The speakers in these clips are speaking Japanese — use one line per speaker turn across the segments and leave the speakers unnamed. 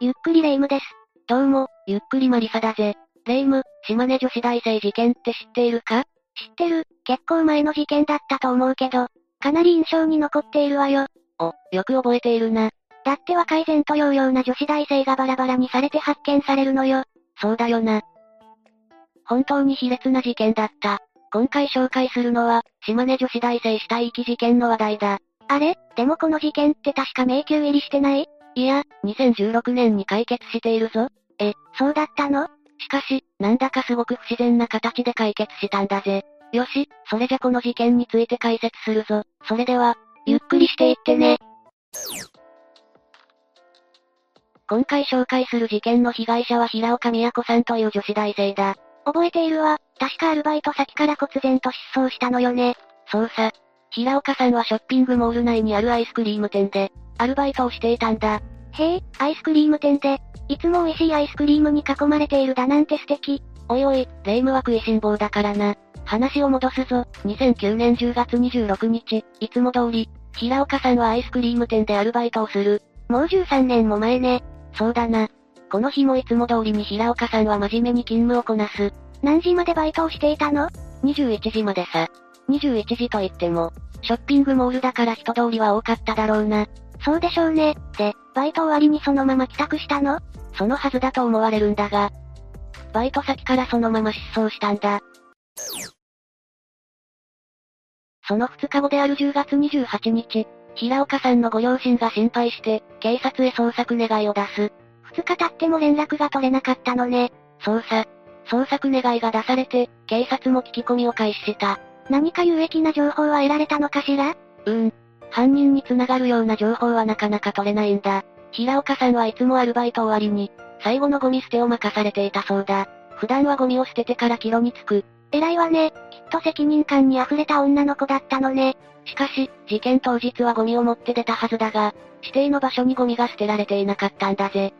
ゆっくりレ夢ムです。
どうも、ゆっくりマリサだぜ。レ夢ム、島根女子大生事件って知っているか
知ってる、結構前の事件だったと思うけど、かなり印象に残っているわよ。
お、よく覚えているな。
だっては改善とようような女子大生がバラバラにされて発見されるのよ。
そうだよな。本当に卑劣な事件だった。今回紹介するのは、島根女子大生死体遺棄事件の話題だ。
あれでもこの事件って確か迷宮入りしてない
いや、2016年に解決しているぞ。
そうだったの
しかし、なんだかすごく不自然な形で解決したんだぜ。よし、それじゃこの事件について解説するぞ。それでは、ゆっくりしていってね。今回紹介する事件の被害者は平岡美也子さんという女子大生だ。
覚えているわ。確かアルバイト先から忽然と失踪したのよね。
そうさ。平岡さんはショッピングモール内にあるアイスクリーム店で、アルバイトをしていたんだ。
へえ、アイスクリーム店で、いつも美味しいアイスクリームに囲まれているだなんて素敵。
おいおい、霊夢は食いしん坊だからな。話を戻すぞ。2009年10月26日、いつも通り、平岡さんはアイスクリーム店でアルバイトをする。
もう13年も前ね。
そうだな。この日もいつも通りに平岡さんは真面目に勤務をこなす。
何時までバイトをしていたの
21時までさ。21時と言っても、ショッピングモールだから人通りは多かっただろうな。
そうでしょうね。で、バイト終わりにそのまま帰宅したの
そのはずだと思われるんだが、バイト先からそのまま失踪したんだ。その2日後である10月28日、平岡さんのご両親が心配して、警察へ捜索願いを出す。
二日経っても連絡が取れなかったのね。
捜査。捜索願いが出されて、警察も聞き込みを開始した。
何か有益な情報は得られたのかしら
うーん。犯人に繋がるような情報はなかなか取れないんだ。平岡さんはいつもアルバイト終わりに、最後のゴミ捨てを任されていたそうだ。普段はゴミを捨ててから帰路に着く。
偉いわね。きっと責任感に溢れた女の子だったのね。
しかし、事件当日はゴミを持って出たはずだが、指定の場所にゴミが捨てられていなかったんだぜ。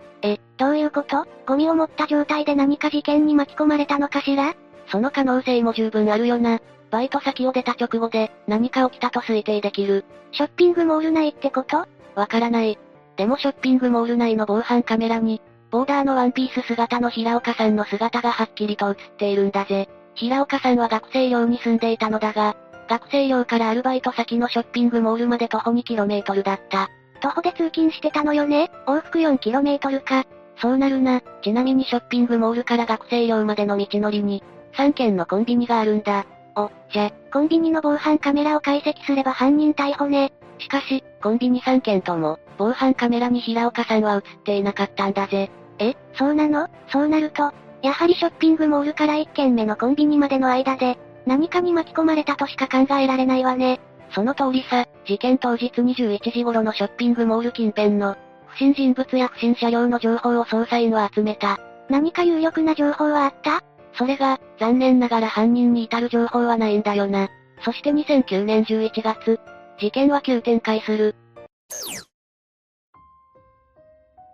どういうことゴミを持った状態で何か事件に巻き込まれたのかしら
その可能性も十分あるよな。バイト先を出た直後で、何か起きたと推定できる。
ショッピングモール内ってこと
わからない。でもショッピングモール内の防犯カメラに、ボーダーのワンピース姿の平岡さんの姿がはっきりと映っているんだぜ。平岡さんは学生寮に住んでいたのだが、学生寮からアルバイト先のショッピングモールまで徒歩 2km だった。
徒歩で通勤してたのよね往復 4km か。
そうなるな。ちなみにショッピングモールから学生寮までの道のりに、3軒のコンビニがあるんだ。お、じゃ、
コンビニの防犯カメラを解析すれば犯人逮捕ね。
しかし、コンビニ3軒とも、防犯カメラに平岡さんは映っていなかったんだぜ。
え、そうなのそうなると、やはりショッピングモールから1軒目のコンビニまでの間で、何かに巻き込まれたとしか考えられないわね。
その通りさ、事件当日21時頃のショッピングモール近辺の、不審人物や不審車両の情報を捜査員は集めた。
何か有力な情報はあった
それが、残念ながら犯人に至る情報はないんだよな。そして2009年11月、事件は急展開する。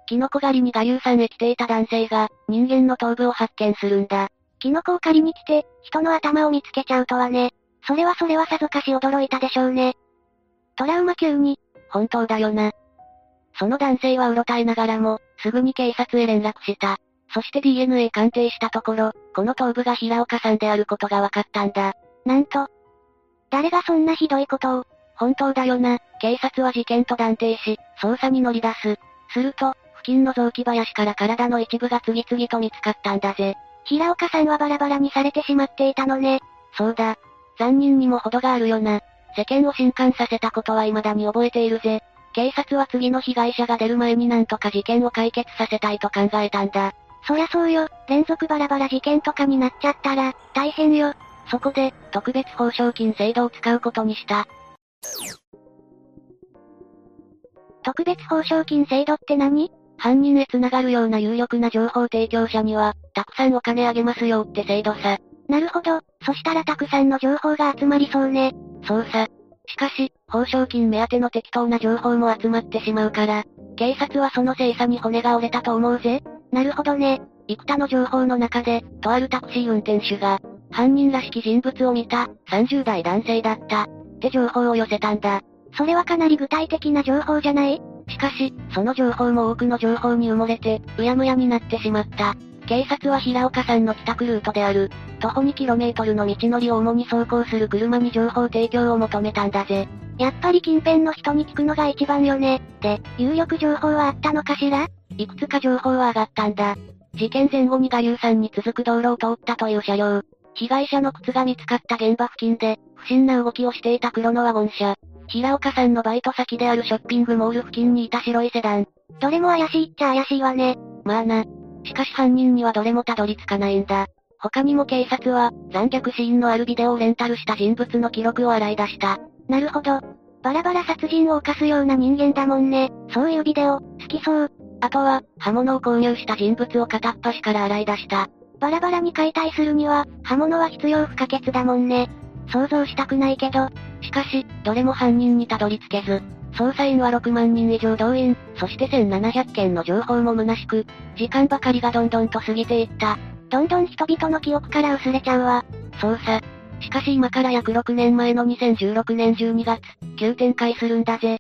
キノコ狩りに我流さんへ来ていた男性が、人間の頭部を発見するんだ。
キノコを借りに来て、人の頭を見つけちゃうとはね。それはそれはさぞかし驚いたでしょうね。トラウマ級に、
本当だよな。その男性はうろたえながらも、すぐに警察へ連絡した。そして DNA 鑑定したところ、この頭部が平岡さんであることが分かったんだ。
なんと。誰がそんなひどいことを、
本当だよな。警察は事件と断定し、捜査に乗り出す。すると、付近の雑木林から体の一部が次々と見つかったんだぜ。
平岡さんはバラバラにされてしまっていたのね。
そうだ。残忍にも程があるよな。世間を震撼させたことは未だに覚えているぜ。警察は次の被害者が出る前になんとか事件を解決させたいと考えたんだ。
そりゃそうよ、連続バラバラ事件とかになっちゃったら、大変よ。
そこで、特別報奨金制度を使うことにした。
特別報奨金制度って何
犯人へ繋がるような有力な情報提供者には、たくさんお金あげますよって制度さ。
なるほど、そしたらたくさんの情報が集まりそうね。
そうさ。しかし、報奨金目当ての適当な情報も集まってしまうから、警察はその精査に骨が折れたと思うぜ。
なるほどね。
幾多の情報の中で、とあるタクシー運転手が、犯人らしき人物を見た、30代男性だった、って情報を寄せたんだ。
それはかなり具体的な情報じゃない
しかし、その情報も多くの情報に埋もれて、うやむやになってしまった。警察は平岡さんの帰宅ルートである、徒歩 2km の道のりを主に走行する車に情報提供を求めたんだぜ。
やっぱり近辺の人に聞くのが一番よね。で、有力情報はあったのかしら
いくつか情報は上がったんだ。事件前後に我流山に続く道路を通ったという車両。被害者の靴が見つかった現場付近で、不審な動きをしていた黒のワゴン車。平岡さんのバイト先であるショッピングモール付近にいた白いセダン。
どれも怪しいっちゃ怪しいわね。
まあな。しかし犯人にはどれもたどり着かないんだ。他にも警察は、残虐シーンのあるビデオをレンタルした人物の記録を洗い出した。
なるほど。バラバラ殺人を犯すような人間だもんね。そういうビデオ、好きそう。
あとは、刃物を購入した人物を片っ端から洗い出した。
バラバラに解体するには、刃物は必要不可欠だもんね。想像したくないけど。
しかし、どれも犯人にたどり着けず、捜査員は6万人以上動員、そして1700件の情報も虚しく、時間ばかりがどんどんと過ぎていった。
どんどん人々の記憶から薄れちゃうわ。
捜査。しかし今から約6年前の2016年12月、急展開するんだぜ。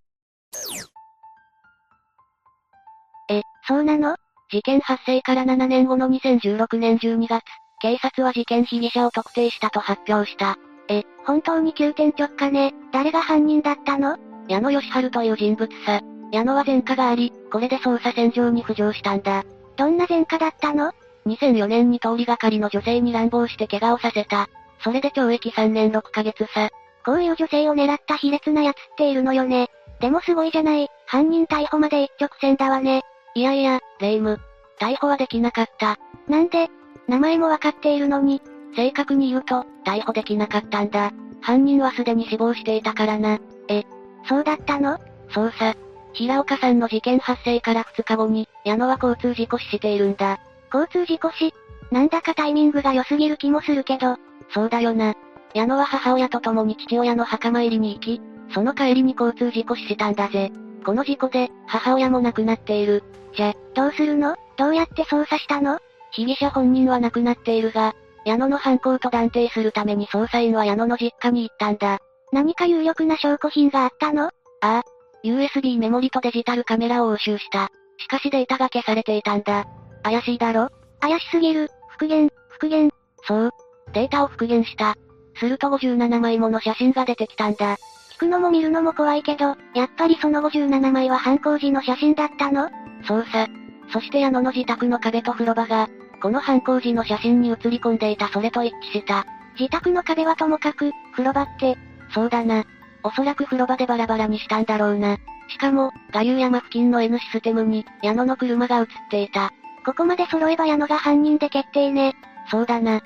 え、そうなの
事件発生から7年後の2016年12月、警察は事件被疑者を特定したと発表した。
え、本当に急転直下ね。誰が犯人だったの
矢野義春という人物さ。矢野は前科があり、これで捜査線上に浮上したんだ。
どんな前科だったの
?2004 年に通りがかりの女性に乱暴して怪我をさせた。それで懲役3年6ヶ月さ。
こういう女性を狙った卑劣な奴っているのよね。でもすごいじゃない。犯人逮捕まで一直線だわね。
いやいや、霊夢。逮捕はできなかった。
なんで名前もわかっているのに。
正確に言うと、逮捕できなかったんだ。犯人はすでに死亡していたからな。
え、そうだったの
捜査。平岡さんの事件発生から2日後に、矢野は交通事故死しているんだ。
交通事故死なんだかタイミングが良すぎる気もするけど。
そうだよな。矢野は母親と共に父親の墓参りに行き、その帰りに交通事故死したんだぜ。この事故で、母親も亡くなっている。
じゃ、どうするのどうやって捜査したの
被疑者本人は亡くなっているが、矢野の犯行と断定するために捜査員は矢野の実家に行ったんだ。
何か有力な証拠品があったのあ
あ。USB メモリとデジタルカメラを押収した。しかしデータが消されていたんだ。怪しいだろ
怪しすぎる。復元、復元。
そう。データを復元した。すると57枚もの写真が出てきたんだ。
聞くのも見るのも怖いけど、やっぱりその57枚は犯行時の写真だったの
そうさ。そして矢野の自宅の壁と風呂場が、この犯行時の写真に写り込んでいたそれと一致した。
自宅の壁はともかく、風呂場って、
そうだな。おそらく風呂場でバラバラにしたんだろうな。しかも、我流山付近の N システムに、矢野の車が映っていた。
ここまで揃えば矢野が犯人で決定ね。
そうだな。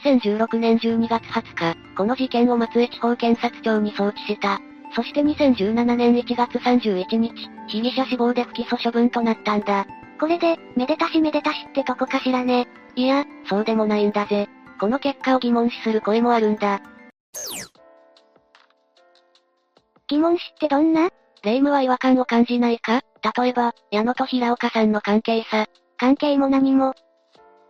2016年12月20日、この事件を松江地方検察庁に送致した。そして2017年1月31日、被疑者死亡で不起訴処分となったんだ。
これで、めでたしめでたしってとこかしらね。
いや、そうでもないんだぜ。この結果を疑問視する声もあるんだ。
疑問視ってどんな
霊夢は違和感を感じないか例えば、矢野と平岡さんの関係さ。
関係も何も。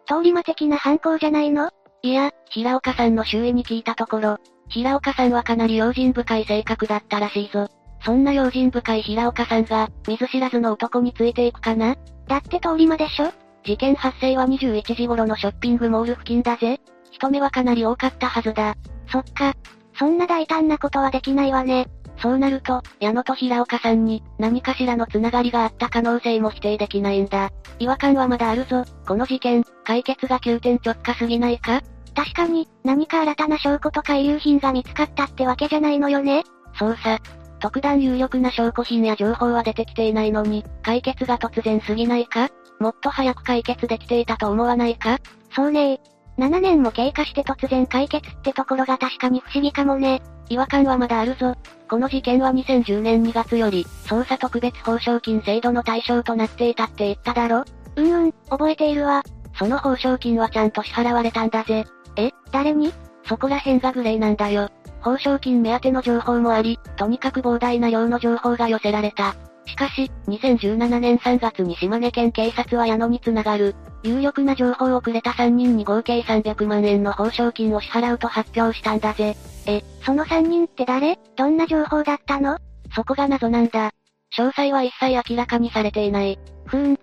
通り魔的な犯行じゃないの
いや、平岡さんの周囲に聞いたところ、平岡さんはかなり用心深い性格だったらしいぞ。そんな用心深い平岡さんが、見ず知らずの男についていくかな
だって通り魔でしょ
事件発生は21時頃のショッピングモール付近だぜ。人目はかなり多かったはずだ。
そっか。そんな大胆なことはできないわね。
そうなると、矢野と平岡さんに、何かしらのつながりがあった可能性も否定できないんだ。違和感はまだあるぞ。この事件、解決が急転直下すぎないか
確かに、何か新たな証拠とか遺留品が見つかったってわけじゃないのよね。
そうさ。特段有力な証拠品や情報は出てきていないのに、解決が突然すぎないかもっと早く解決できていたと思わないか
そうねー。7年も経過して突然解決ってところが確かに不思議かもね。
違和感はまだあるぞ。この事件は2010年2月より、捜査特別報奨金制度の対象となっていたって言っただろ
うんうん、覚えているわ。
その報奨金はちゃんと支払われたんだぜ。
え、誰に
そこら辺がグレーなんだよ。報奨金目当ての情報もあり、とにかく膨大な量の情報が寄せられた。しかし、2017年3月に島根県警察は矢野に繋がる、有力な情報をくれた3人に合計300万円の報奨金を支払うと発表したんだぜ。
え、その3人って誰どんな情報だったの
そこが謎なんだ。詳細は一切明らかにされていない。
ふーん。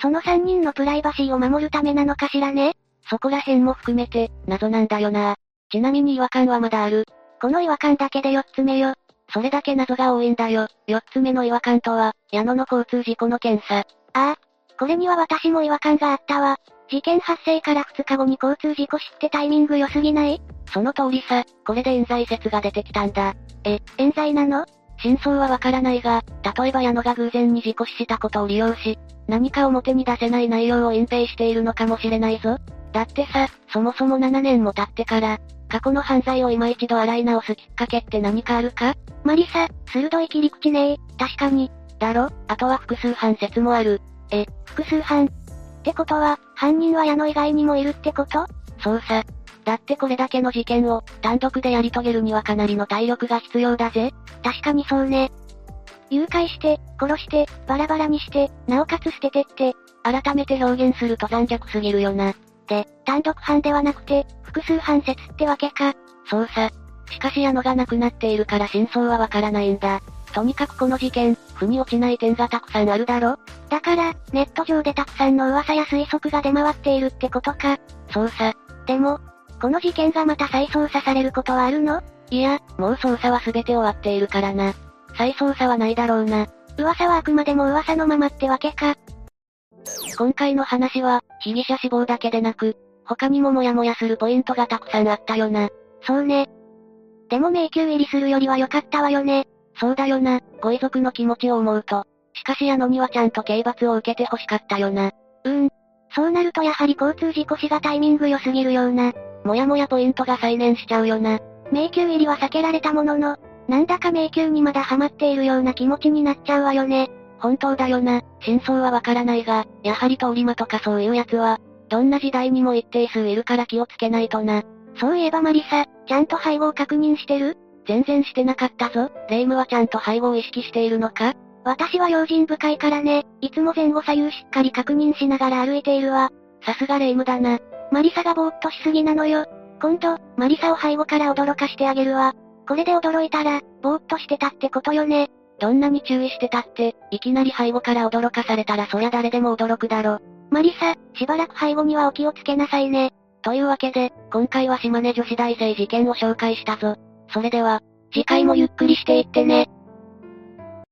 その3人のプライバシーを守るためなのかしらね
そこら辺も含めて、謎なんだよな。ちなみに違和感はまだある。
この違和感だけで4つ目よ。
それだけ謎が多いんだよ。4つ目の違和感とは、矢野の交通事故の検査。
ああ。これには私も違和感があったわ。事件発生から2日後に交通事故知ってタイミング良すぎない
その通りさ、これで冤罪説が出てきたんだ。
え、冤罪なの
真相はわからないが、例えば矢野が偶然に事故死したことを利用し、何か表に出せない内容を隠蔽しているのかもしれないぞ。だってさ、そもそも7年も経ってから、過去の犯罪を今一度洗い直すきっかけって何かあるか
マリサ、鋭い切り口ねえ、確かに。
だろ、あとは複数犯説もある。
え、複数犯。ってことは、犯人は矢野以外にもいるってこと
そうさ。だってこれだけの事件を、単独でやり遂げるにはかなりの体力が必要だぜ。
確かにそうね。誘拐して、殺して、バラバラにして、なおかつ捨ててって、
改めて表現すると残虐すぎるよな。
で、単独犯ではなくて、複数犯説ってわけか。
そうさ。しかし矢野が亡くなっているから真相はわからないんだ。とにかくこの事件、腑に落ちない点がたくさんあるだろ
だから、ネット上でたくさんの噂や推測が出回っているってことか。
そうさ。
でも、この事件がまた再捜査されることはあるの
いや、もう捜査は全て終わっているからな。再捜査はないだろうな。
噂はあくまでも噂のままってわけか。
今回の話は、被疑者死亡だけでなく、他にもモヤモヤするポイントがたくさんあったよな。
そうね。でも迷宮入りするよりは良かったわよね。
そうだよな、ご遺族の気持ちを思うと。しかし矢野にはちゃんと刑罰を受けて欲しかったよな。
うん。そうなるとやはり交通事故死がタイミング良すぎるような、
もやもやポイントが再燃しちゃうよな。
迷宮入りは避けられたものの、なんだか迷宮にまだハマっているような気持ちになっちゃうわよね。
本当だよな、真相はわからないが、やはり通り魔とかそういうやつは、どんな時代にも一定数いるから気をつけないとな。
そういえばマリサ、ちゃんと配合確認してる
全然してなかったぞ。霊夢はちゃんと背後を意識しているのか
私は用心深いからね、いつも前後左右しっかり確認しながら歩いているわ。
さすが霊夢だな。
マリサがぼーっとしすぎなのよ。今度、マリサを背後から驚かしてあげるわ。これで驚いたら、ぼーっとしてたってことよね。
どんなに注意してたって、いきなり背後から驚かされたらそりゃ誰でも驚くだろ。
マリサ、しばらく背後にはお気をつけなさいね。
というわけで、今回は島根女子大生事件を紹介したぞ。それでは、次回もゆっくりしていってね。